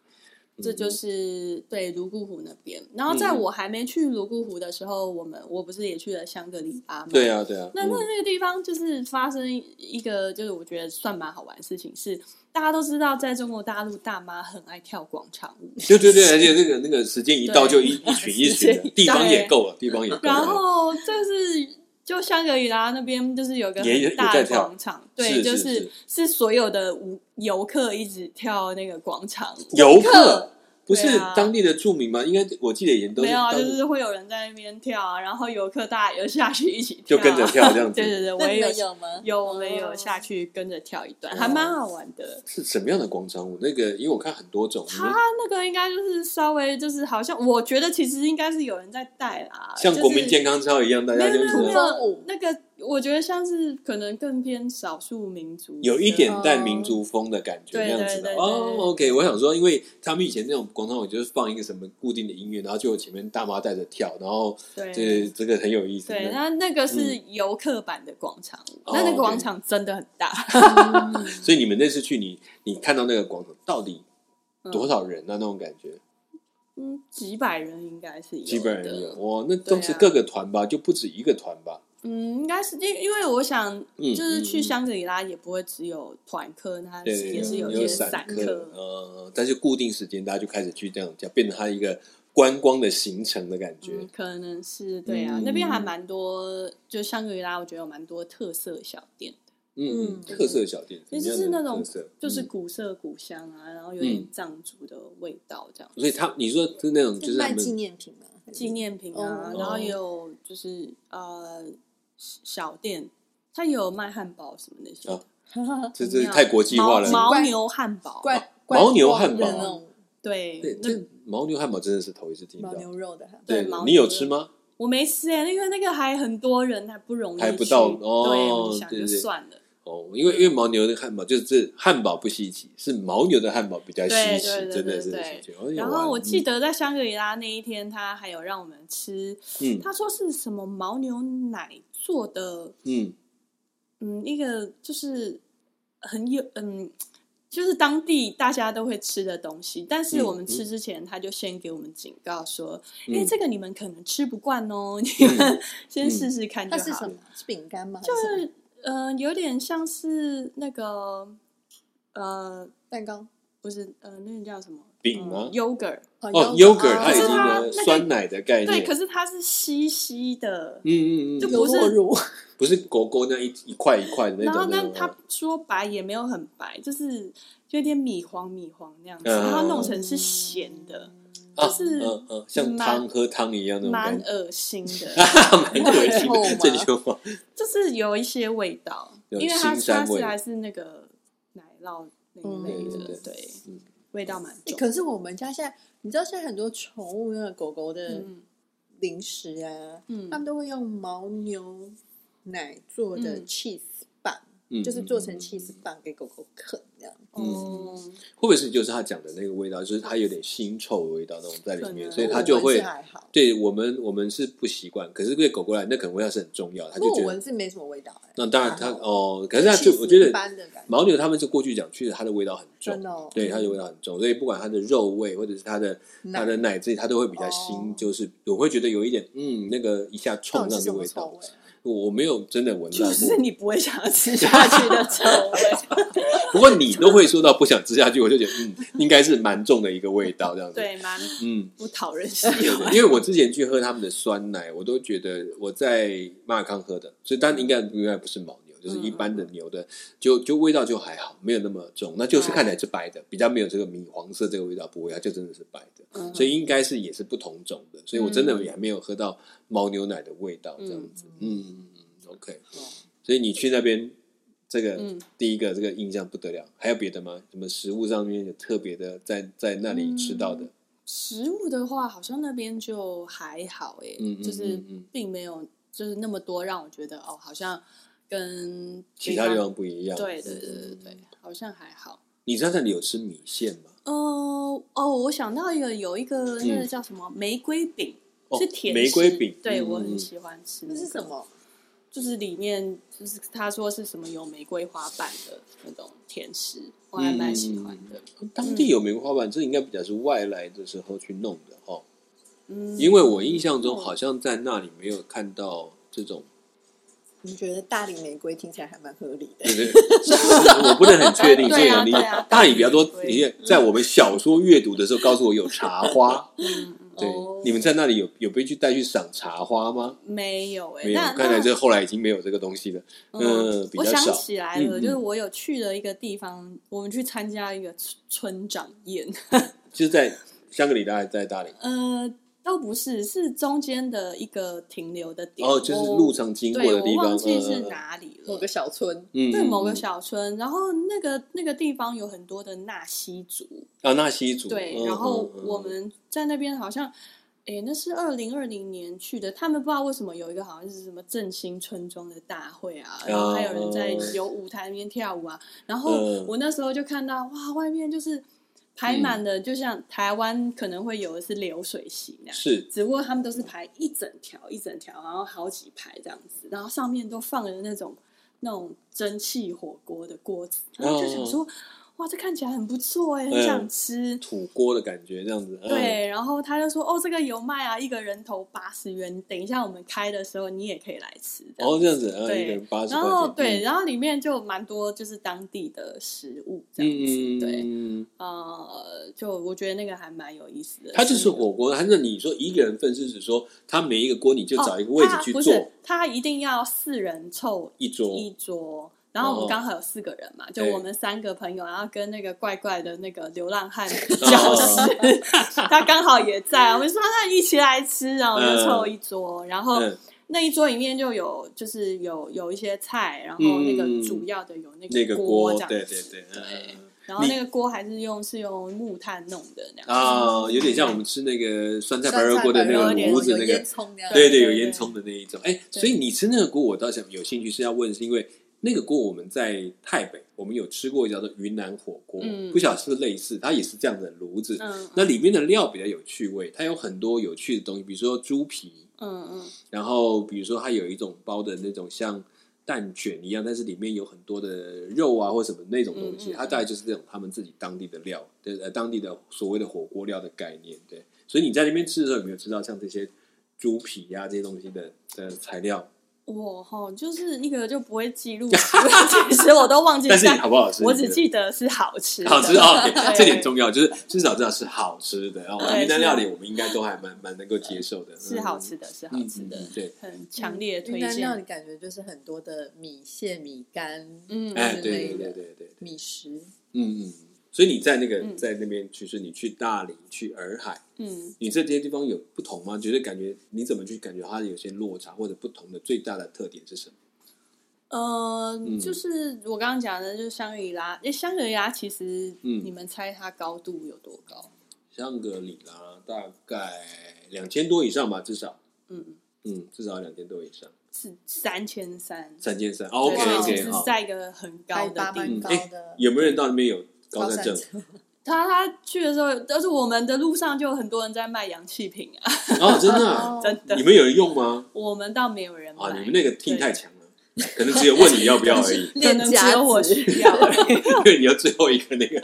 C: 这就
A: 嗯
C: 是对泸沽湖那边。然后在
A: 嗯
C: 我还没去泸沽湖的时候，我们我不是也去了香格里拉吗？
A: 对啊对啊。
C: 那
A: 嗯
C: 那那个地方就是发生一个，就是我觉得算蛮好玩的事情是，大家都知道，在中国大陆大妈很爱跳广场 舞，
A: 对对对，而且那个那个时间一到
C: 对
A: 就一一群一群的，
C: 时间一到
A: 地方也够了，地方也够了。
C: 然后就是就香格里拉那边就是有个
A: 也有
C: 很大
A: 有在
C: 的
A: 跳
C: 广场，
A: 是
C: 对，
A: 是
C: 就是是所有的舞游客一直跳那个广场舞，
A: 游客不是
C: 对啊
A: 当地的住民吗？应该我记得也都
C: 没
A: 是
C: 有啊，
A: 当
C: 就
A: 地
C: 是会有人在那边跳啊，然后游客大家也下去一起跳
A: 就
C: 啊，
A: 跟着跳这样子
C: 对。对对，我
B: 那
C: 也
B: 你们
C: 有。
B: 有吗？
C: 有，我们也有
B: 哦
C: 下去跟着跳一段，
B: 哇
C: 还蛮好玩的。
A: 是什么样的广场舞？那个因为我看很多种，你们
C: 他那个应该就是稍微就是好像，我觉得其实应该是有人在带啦，
A: 像国民
C: 就是
A: 健康操一样，大家就
C: 没有没
A: 是
C: 有
B: 风舞
C: 那个，我觉得像是可能更偏少数民族，
A: 有一点带
B: 哦
A: 民族风的感觉那
C: 对
A: 样子的
C: 对对对
A: 哦。OK，我想说，因为他们以前那种广场舞就是放一个什么固定的音乐，然后就有前面大妈带着跳，然后
C: 对
A: 这这个很有意思。
C: 对，那那个是游客版的广场舞，
A: 嗯哦
C: 那那
A: OK
C: 个广场真的很大，
A: 所以你们那次去你，你看到那个广场到底多少人啊？那种感觉，
C: 嗯，几百人应该是有的
A: 基本上有哇，那
C: 对啊
A: 当时各个团吧，就不止一个团吧。
C: 嗯，应该是因因为我想
A: 嗯
C: 就是去
A: 嗯嗯
C: 香格里拉也不会只有团客，它
A: 对对，
C: 也是
A: 有
C: 一些
A: 散
C: 散
A: 客，呃，但是固定时间大家就开始去这样讲，变成它一个观光的行程的感觉。
C: 嗯，可能是对啊，
A: 嗯
C: 那边还蛮多，就香格里拉，我觉得有蛮多特色小店，
A: 嗯，嗯
B: 嗯
A: 特色小店，
C: 其
A: 什么
C: 实
A: 样的
C: 是那种
A: 特色
C: 就是
A: 嗯
C: 古色古香啊，然后有点藏族的味道这样。
A: 所以他你说是那种就是他
B: 卖纪
A: 们
B: 念品吗？
C: 纪念品啊，
B: 哦
C: 然后也有就是呃小店，它也有卖汉堡什么那些
A: 哦
C: 的，
A: 这这太国际化了。
C: 牦牦牛汉堡，
B: 怪
A: 牦牛汉堡
B: 那种
C: 对
A: 对，，
C: 那
A: 这牦牛汉堡真的是头一次听到
B: 牦。牛肉的汉堡，
C: 对
A: 对
C: 牦，
A: 你有
C: 牛
A: 吃吗？
C: 我没吃哎，因为那个还很多人，还不容易去，
A: 还不到哦
C: 对，你想
A: 对
C: 就
A: 对
C: 算了，
A: 哦，因为因为牦牛的汉堡就是这汉堡不稀奇，是牦牛的汉堡比较稀奇，
C: 对对对
A: 真的
C: 对
A: 是
C: 对
A: 稀奇。哦
C: 然
A: 有啊
C: 后我记
A: 嗯
C: 得在香格里拉那一天，他还有让我们吃，
A: 嗯
C: 他说是什么牦牛奶做的，
A: 嗯，
C: 嗯，一个就是很有嗯。就是当地大家都会吃的东西，但是
A: 嗯
C: 我们吃之前，他就先给我们警告说：“
A: 嗯嗯
C: 哎、这个你们可能吃不惯哦，你们 先试试看
B: 它
C: 就好。
B: 是什么？是饼干吗？就
C: 就是呃，有点像是那个呃，
B: 蛋糕
C: 不是呃，那个叫什么
A: 饼吗
C: 嗯、？yogurt
A: 哦
B: 优
A: ，yogurt 它已
C: 可是
A: 经
C: 它
A: 呢
C: 那个
A: 酸奶的概
C: 对，
A: 念
C: 可，是它是稀稀的，
A: 嗯嗯嗯，
C: 就
A: 嗯
C: 不是
B: 乳，
A: 不是狗狗那一一块一块的那
C: 然后
A: 种，那
C: 但
A: 种
C: 他说白也没有很白，就是有点米黄米黄那样子，
A: 嗯
C: 然后弄成是咸的，
A: 啊
C: 就是
A: 嗯嗯，像
C: 蛮
A: 汤喝汤一样那种
C: 蛮
A: 感觉，
C: 恶心的，
A: 蛮恶心
B: 蛮
A: 的，
B: 臭
A: 这
B: 吗
A: 就吗
C: 就是有一些味道，
A: 有
C: 因为它
A: 腥膻
C: 它
A: 味
C: 是还是那个奶酪那一类
A: 嗯对对
C: 的，
A: 对
C: 对
A: 嗯，
C: 味道蛮
B: 欸
C: 重。
B: 可是我们家现在，你知道现在很多宠物那个狗狗的
C: 嗯
B: 零食啊，
C: 嗯
B: 他们都会用牦牛奶做的
C: 嗯
B: cheese 棒，
A: 嗯
B: 就是做成
A: 嗯
B: cheese 棒给狗狗啃这样。
C: 哦，
A: 会不会是就是他讲的那个味道，就是它有点腥臭的味道那种在里
C: 可
A: 面，
C: 能
A: 所以
B: 我
A: 它就
B: 闻
A: 会
B: 是还好，
A: 嗯对我们我们是不习惯，可是对狗狗来，那可能味道是很重要的，他
B: 不过
A: 就
B: 我
A: 觉得
B: 闻是没什么味道哎。
A: 那当然它
B: 还好，
A: 哦，可是它就
B: cheese
A: 我觉
B: 一
A: 得
B: 般的感觉，
A: 牦牛他们是过去讲，确实它的味道很
B: 真
A: 重，
B: 的哦，
A: 对它的味道很重，所以不管它的肉味或者是它的它的奶这些，它都会比较腥，
B: 哦
A: 就是我会觉得有一点嗯，那个一下
B: 到
A: 冲
B: 底
A: 上去
B: 是什
A: 味
B: 么
A: 道
B: 臭。味啊？
A: 我没有真的闻到
C: 就
A: 过，
C: 是你不会想要吃下 去的臭味，
A: 不过你都会说到不想吃下去，我就觉得嗯，应该是蛮重的一个味道这样子。，
C: 对，蛮
A: 嗯，
C: 不讨人喜
A: 对
C: 欢。
A: 对因为我之前去喝他们的酸奶，我都觉得我在马尔康喝的，所以当然应
B: 嗯
A: 该应该不是牦牛，就是一般的牛的，就就味道就还好，没有那么重，那就是看起来是白的，比较没有这个米黄色这个味道，不会，它就真的是白的。
C: 嗯
A: 所以应该是也是不同种的，所以我真的也还没有喝到牦牛奶的味道这样子。嗯嗯嗯，OK。所以你去那边，这个、
C: 嗯
A: 第一个这个印象不得了，还有别的吗？什么食物上面有特别的在在那里吃到的？
C: 食物的话，好像那边就还好诶、
A: 嗯嗯
C: 就是
A: 嗯嗯
C: 并没有就是那么多让我觉得哦，好像跟
A: 其他地方不一样。
C: 对对对对对
A: 嗯。，
C: 好像还好。
A: 你在那里有吃米线吗？
C: 呃哦，我想到一个，有一个那个叫什么玫瑰饼，
A: 嗯哦
C: 是甜食
A: 玫瑰饼
C: 对
A: 嗯
C: 我
A: 嗯
C: 很
A: 嗯
C: 喜欢吃。
B: 那是什？么？
C: 就是里面就是他说是什么有玫瑰花瓣的那种甜食，我还蛮喜欢
A: 嗯
C: 嗯的。
A: 当地有玫瑰花瓣，这应该比较是外来的时候去弄的哦，
C: 嗯，
A: 因为我印象中好像在那里没有看到这种
B: 你觉得大理玫瑰听起来还蛮合理的。
A: 对对，是我不能很确定，所以
C: 对啊
A: 你
C: 对啊
A: 大理比较多。你也在我们小说阅读的时候告诉我有茶花，
C: 嗯嗯
A: 对
B: 哦，
A: 你们在那里有有被去带去赏茶花吗？
C: 没有欸诶、
A: 没有
C: 那，
A: 看来
C: 那
A: 这后来已经没有这个东西了。嗯，比
C: 我
A: 较
C: 想
A: 少。
C: 起来
A: 嗯
C: 了，
A: 嗯
C: 就是我有去了一个地方，我们去参加一个村村长宴，
A: 就是在香格里拉，还是在大理，
C: 呃，倒不是，是中间的一个停留的点，
A: 哦，就是
C: 我
A: 路上经过
C: 对，
A: 的地
C: 我
A: 方，
C: 忘记是
A: 嗯
C: 哪里了，
B: 某个小村，
A: 嗯，嗯
C: 对，某个
A: 嗯
C: 小村，然后那个那个地方有很多的纳西族，
A: 啊纳西族，
C: 对，
A: 嗯
C: 然后
A: 嗯嗯
C: 我们在那边好像。诶，那是二零二零年去的，他们不知道为什么有一个好像是什么振兴村庄的大会啊，然后还有人在有舞台里面跳舞啊，然后
A: 哦嗯
C: 我那时候就看到哇，外面就是排满了，就像台湾可能会有的是流水席那样，
A: 是
C: 只不过他们都是排一整条一整条，然后好几排这样子，然后上面都放了那种那种蒸汽火锅的锅子，然后就
A: 哦
C: 想说，哇，这看起来很不错哎、很
A: 嗯
C: 想吃。
A: 土锅的感觉，这样子，嗯，
C: 对，然后他就说：“哦，这个有卖啊，一个人头八十元，等一下我们开的时候你也可以来吃。”这样
A: 哦，这样子，啊，
C: 对
A: 一个人八十块
C: 然
A: 钱，
C: 后对，
A: 嗯，
C: 然后里面就蛮多就是当地的食物这样子，
A: 嗯，
C: 对，
A: 嗯。
C: 呃，就我觉得那个还蛮有意思的。
A: 它就是火锅，它那你说一个人份是指说，它每一个锅你就找一个位置去
C: 哦他不
A: 坐、
C: 是，他一定要四人凑
A: 一桌，
C: 一桌。然后我
A: 哦
C: 们刚好有四个人嘛，就
A: 对
C: 我们三个朋友，然后跟那个怪怪的那个流浪 汉
A: 哦
C: 教 师，他刚好也在，我们说啊那一起来吃，然后我们就凑一桌，然后
A: 嗯，
C: 那一桌里面就有就是有有一些菜，然后那
A: 嗯
C: 个主要的有那
A: 那个
C: 个锅
A: 锅，
C: 这样，
A: 对对对，
C: 对
A: 嗯
C: 然后
A: 你
C: 那个锅还是用是用木炭弄的那样子，
A: 啊，有点像我们吃那个酸菜白肉锅的那
C: 酸菜白
A: 个
C: 肉
A: 炉子
B: 有
A: 那
B: 烟
A: 个，
B: 囱那样。
A: 对对，
C: 对对
A: 有
C: 对
A: 烟囱的那一种。哎，所以你吃那个锅，我倒想有兴趣是要问，是因为那个锅我们在台北，我们有吃过叫做云南火锅，
C: 嗯
A: 不晓得是不是类似，它也是这样的炉子，
C: 嗯
A: 那里面的料比较有趣味，它有很多有趣的东西，比如说猪皮，
C: 嗯嗯，
A: 然后比如说它有一种包的那种像蛋卷一样，但是里面有很多的肉啊或什么那种东西，
C: 嗯嗯嗯
A: 它大概就是这种他们自己当地的料，对呃当地的所谓的火锅料的概念，对。所以你在那边吃的时候，有没有吃到像这些猪皮呀、这些东西的的材料？
C: 我哈就是一个就不会记录， 其实我都忘记
A: 但是
C: 带
A: 你好不好吃？
C: 啊我只记得是好吃的，
A: 好吃 哦，对
C: 对
A: 这点重要，就是至少知道是好吃的。然后
C: 对
A: 云南
C: 是
A: 料
C: 啊
A: 理我们应该都还蛮蛮能够接受的，
C: 是
A: 嗯
C: 好吃的，是好吃
A: 嗯
C: 的
A: 嗯，嗯对。
C: 很强烈推
B: 嗯云南料理
C: 荐。
B: 感觉就是很多的米线、米干，
C: 嗯
A: 哎，
B: 之
A: 对
B: 类
A: 对对
B: 的
A: 对对，
B: 米食。
A: 嗯嗯。所以你在那个
C: 嗯
A: 在那边，就是你去大理、去洱海，
C: 嗯，
A: 你这些地方有不同吗？觉得感觉你怎么去感觉它有些落差或者不同的最大的特点是什么？
C: 呃
A: 嗯，
C: 就是我刚刚讲的，就是香格里拉。诶，香格里拉其实，
A: 嗯
C: 你们猜它高度有多高？
A: 香格里拉大概两千多以上吧，至少，
C: 嗯，
A: 嗯，至少两千多以上，
C: 是三千三。
A: 三千三。OK 哦
C: 对
A: OK，
C: 就是
A: 好。
C: 在一个很高
B: 海
C: 的
B: 拔
C: 地
B: 蛮
A: 嗯
B: 高
C: 方。
B: 的
A: 有没有人到那边有高
B: 高
A: 山
B: 山
A: 症？
B: 症，
C: 他他去的时候，但是我们的路上就有很多人在卖洋气瓶啊，
A: 哦，真的啊，
B: 哦
C: 真的
A: 你。们有人用吗？
C: 我们倒没有人买，
A: 啊，你们那个 T
C: 对
A: 太强了，可能只有问你要不要而已，
C: 可
B: 练
C: 能只
B: 家
C: 有我
B: 子，
C: 需要而已。
A: 因为你要最后一个那个，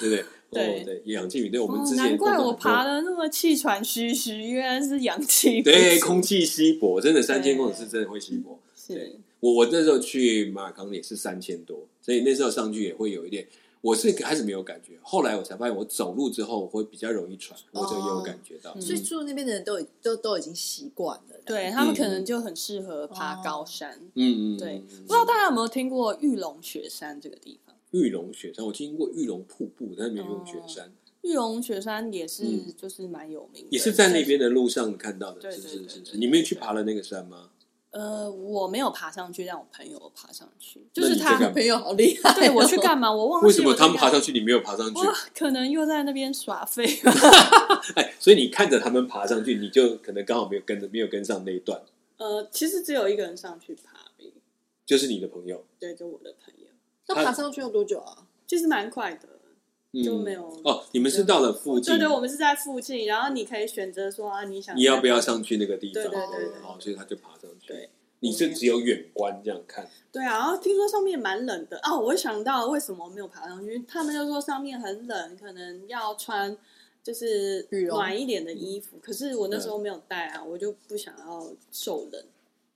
A: 对不对？
C: 对
A: 哦，对，养气瓶，对我们
C: 哦
A: 之，前
C: 难怪
A: 碰到
C: 我
A: 很多
C: 爬的那么气喘吁吁，原来是氧气不足。
A: 对，空气稀薄，真的三千公尺
C: 对
A: 是真的会稀薄。对
C: 是
A: 我我那时候去马康也是三千多，所以那时候上去也会有一点，我是开始没有感觉，后来我才发现我走路之后我会比较容易喘，我这个也有感觉到。
C: 嗯
B: 所以住那边的人都已都都已经习惯了。
C: 对
A: 嗯
C: 他们可能就很适合爬高山。
A: 嗯嗯，
C: 对
A: 嗯嗯
C: 不知道大家有没有听过玉龙雪山这个地方？
A: 玉龙雪山，我听过玉龙瀑布，但是没有用雪山，
C: 玉龙雪山也是，
A: 嗯
C: 就是蛮有名的，
A: 也是在那。边的路上看到的，
C: 对
A: 是不
C: 对
A: 是
C: 对
A: 是不
C: 对
A: 是，
C: 对
A: 你没有去爬了那个山吗？
C: 呃，我没有爬上去，让我朋友爬上去，
A: 那
C: 就
A: 你
C: 是
A: 在干
C: 他
A: 嘛
B: 朋友好厉害哦，
C: 对我去干嘛？我忘记
A: 为什么他们
C: 我在
A: 爬
C: 干嘛
A: 上去，你没有爬上去？
C: 我 可能又在那边耍废。
A: 哎， 所以你看着他们爬上去，你就可能刚好没有跟着，没有跟上那一段，
C: 呃，其实只有一个人上去爬而已，
A: 就是你的朋友，
C: 对，就我的朋友，
B: 那爬上去要多久啊？
C: 其实蛮快的。
A: 嗯
C: 就没有
A: 哦。你们是到了附近
C: 对，对，我们是在附近，然后你可以选择说啊，你想
A: 你要不要？上去那个地方？
C: 对对
B: 对对
A: 哦，所以他就爬上去。
C: 对，
A: 你是只有远观这样看，
C: 对啊，然后听说上面蛮冷的哦，我想到为什么我没有爬上去，他们就说上面很冷，可能要穿就是
B: 羽绒
C: 暖一点的衣服，可是我
A: 嗯
C: 那时候没有带啊，我就不想要受冷。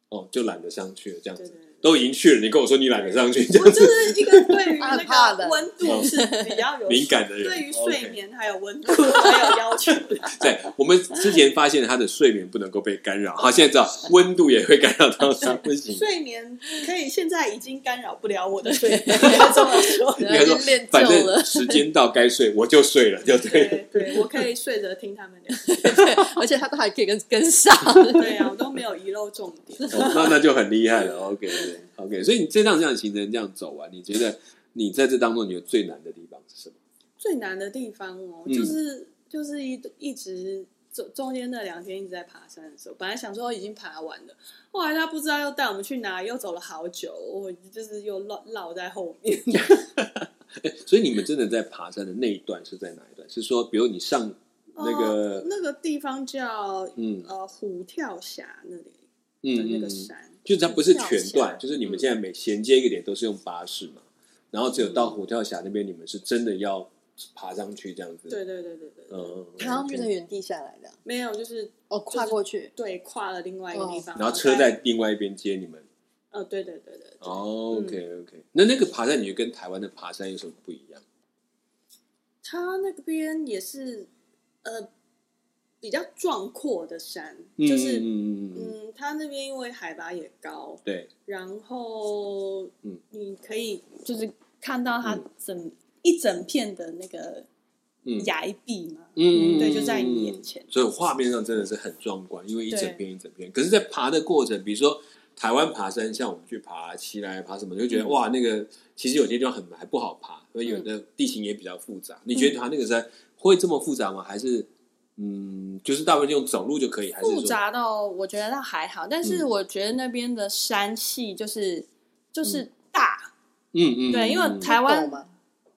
A: 哦，就懒得上去了这样
C: 对
A: 子
C: 对。对。
A: 都已经去了，你跟我说你懒得上去，这
C: 我
A: 样
C: 就
A: 子
C: 是一个对于
B: 怕怕
C: 那
B: 的
C: 个温度是比较有
A: 敏感的人。
C: 对于
A: OK
C: 睡眠还有温度还有要求 的。
A: 对，我们之前发现他的睡眠不能够被干扰，好，现在知道温度也会干扰到他，不行。
C: 睡眠可以，现在已经干扰不了我的睡眠，应该这么 说。
A: 应该说
B: 已经练，就
A: 反
B: 了
A: 正，时间到该睡我就睡了，就 对了。
C: 对对，我可以睡着听他们聊。
B: 对，而且他都还可以跟 跟上。
C: 对啊，我都没有遗漏重点。
A: 哦那那就很厉害了。OK OK，所以你这趟这样的行程这样走完，你觉得你在这当中你觉得最难的地方是什么？
C: 最难的地方哦，
A: 嗯
C: 就是就是一一直中中间那两天一直在爬山的时候，本来想说已经爬完了，后来他不知道要带我们去哪，又走了好久，我就是又落落在后面。
A: 所以你们真的在爬山的那一段是在哪一段？是说，比如你上那个、
C: 哦那个地方叫
A: 嗯
C: 呃虎跳峡那里的
A: 嗯
C: 那
A: 嗯，
C: 个
A: 嗯
C: 山，
A: 就是它不是全
C: 虎跳嗯
A: 段，
C: 峡
A: 就是你们现在每衔接一个点都是用巴士嘛，然后只有
C: 嗯
A: 到虎跳峡那边，你们是真的要爬上去这样子。，
C: 对对对对对，对
A: 嗯，
B: 爬上去在原地下来的，
C: 没有就是
B: 哦，跨过去，
C: 对跨了另外一个地方，
A: 然后车在另外一边接你们。
C: 呃对对对对对，
A: 哦
C: 嗯
A: OK OK，、那那个爬山你觉得跟台湾的爬山有什么不一样？
C: 它那边也是呃比较壮阔的山，
A: 嗯
C: 就是
A: 嗯嗯嗯嗯，
C: 嗯，它那边因为海拔也高，
A: 对，
C: 然后
A: 嗯
C: 你可以就是看到它整、一整片的那个
A: 嗯
C: 崖壁嘛，
A: 嗯，嗯
C: 对，就在你眼前。
A: 所以画面上真的是很壮观，因为一
C: 对
A: 整片一整片。可是，在爬的过程，比如说台湾爬山，像我们去爬七来爬什么，就觉得、
C: 嗯
A: 哇，那个其实有些地方很还不好爬，所以有的地形也比较复杂。
C: 嗯
A: 你觉得爬那个山会这么复杂吗？还是嗯，就是大部分用走路就可以？还是说
C: 复杂到我觉得倒还好，但是
A: 嗯
C: 我觉得那边的山系就是、就是大，
A: 嗯嗯，
C: 对
A: 嗯
C: 因为
A: 嗯
C: 台湾
B: 懂吗？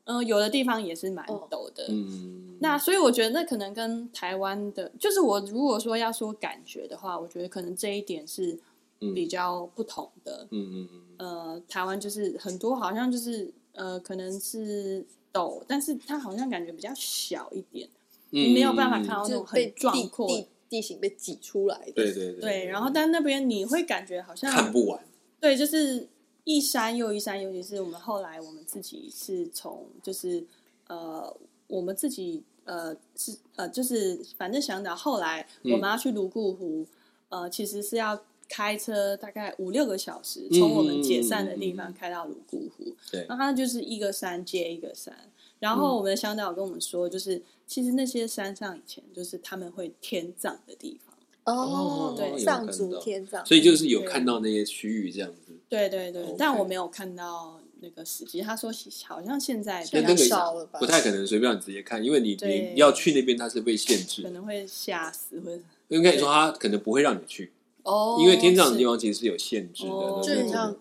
C: 嗯、有的地方也是蛮
B: 哦
C: 陡的，
A: 嗯，
C: 那所以我觉得那可能跟台湾的，就是我如果说要说感觉的话，我觉得可能这一点是
A: 嗯
C: 比较不同的。
A: 嗯嗯嗯嗯
C: 呃，台湾就是很多好像就是呃，可能是陡，但是它好像感觉比较小一点，
A: 嗯，
C: 没有办法
A: 嗯嗯
C: 看到那
B: 就
C: 种
B: 是被
C: 很
B: 地
C: 壮阔。
B: 地地形被挤出来的。
A: 对对对
C: 对，然后但那边你会感觉好
A: 看
C: 像
A: 不完，
C: 对，就是一山又一山，尤其是我们后来我们自己是从就是呃，我们自己呃是呃就是反正想到后来
A: 嗯
C: 我们要去泸沽湖，呃，其实是要开车大概五六个小时，
A: 嗯
C: 从我们解散的
A: 嗯
C: 地
A: 嗯嗯
C: 方开到泸沽湖，
A: 对嗯
C: 那它就是一个山接一个山。然后我们的向导跟我们说，就是其实那些山上以前就是他们会天葬的地方，
A: 哦
B: 哦，
C: 对有
B: 上
A: 看
B: 足
A: 到
B: 天葬，
A: 所以就是有看到那些区域这样子。
C: 对对对
A: 哦 OK
C: 但我没有看到那个实际。他说好像现在
B: 那
A: 那
B: 比
A: 那
B: 较
A: 个
B: 少了吧
A: 不太可能随便让你直接看，因为你
C: 对
A: 你要去那边它是被限制
C: 可
A: 的，
C: 能会吓死，或者
A: 应该说它可能不会让你去，
C: 哦，
A: 因为天葬的
C: 是
A: 地方其实是有限制的，
C: 哦
B: 就
A: 对
B: 很
A: 不对
B: 像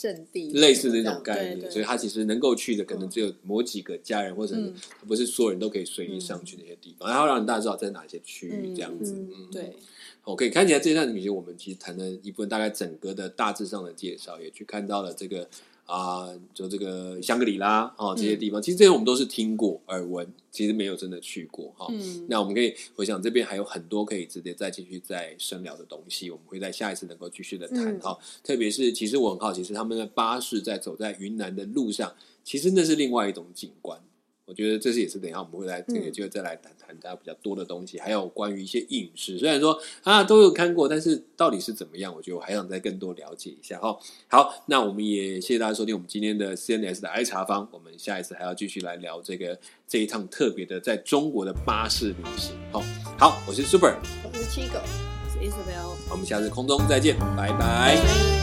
B: 圣地，
A: 类似这种概
C: 对
A: 念，
C: 对
A: 所以他其实能够去的，可能只有某几个家人，或者是
C: 嗯
A: 不是所有人都可以随意上去的一些地方，然后让大家知道在哪些区域
C: 嗯
A: 这样子。嗯，
C: 对，
A: OK，看起来这一段旅行我们其实谈了一部分，大概整个的大致上的介绍，也去看到了这个啊、就这个香格里拉哦
C: 嗯
A: 这些地方，其实这些我们都是听过耳闻，其实没有真的去过哈。哦
C: 嗯，
A: 那我们可以，我想这边还有很多可以值得再继续再深聊的东西，我们会在下一次能够继续的谈
B: 嗯
A: 哈、特别是，其实我很好奇，是他们的巴士在走在云南的路上，其实那是另外一种景观。我觉得这是也是等一下我们会来这个
B: 嗯
A: 就再来谈谈它比较多的东西，还有关于一些饮食。虽然说啊都有看过，但是到底是怎么样，我觉得我还想再更多了解一下哈、好，那我们也谢谢大家收听我们今天的 CNS 的 I 茶坊，我们下一次还要继续来聊这个这一趟特别的在中国的巴士旅行。好、好，我是 Super，
B: 我是七狗。
C: 是 Isabel。
A: 我们下次空中再见，拜拜
C: 拜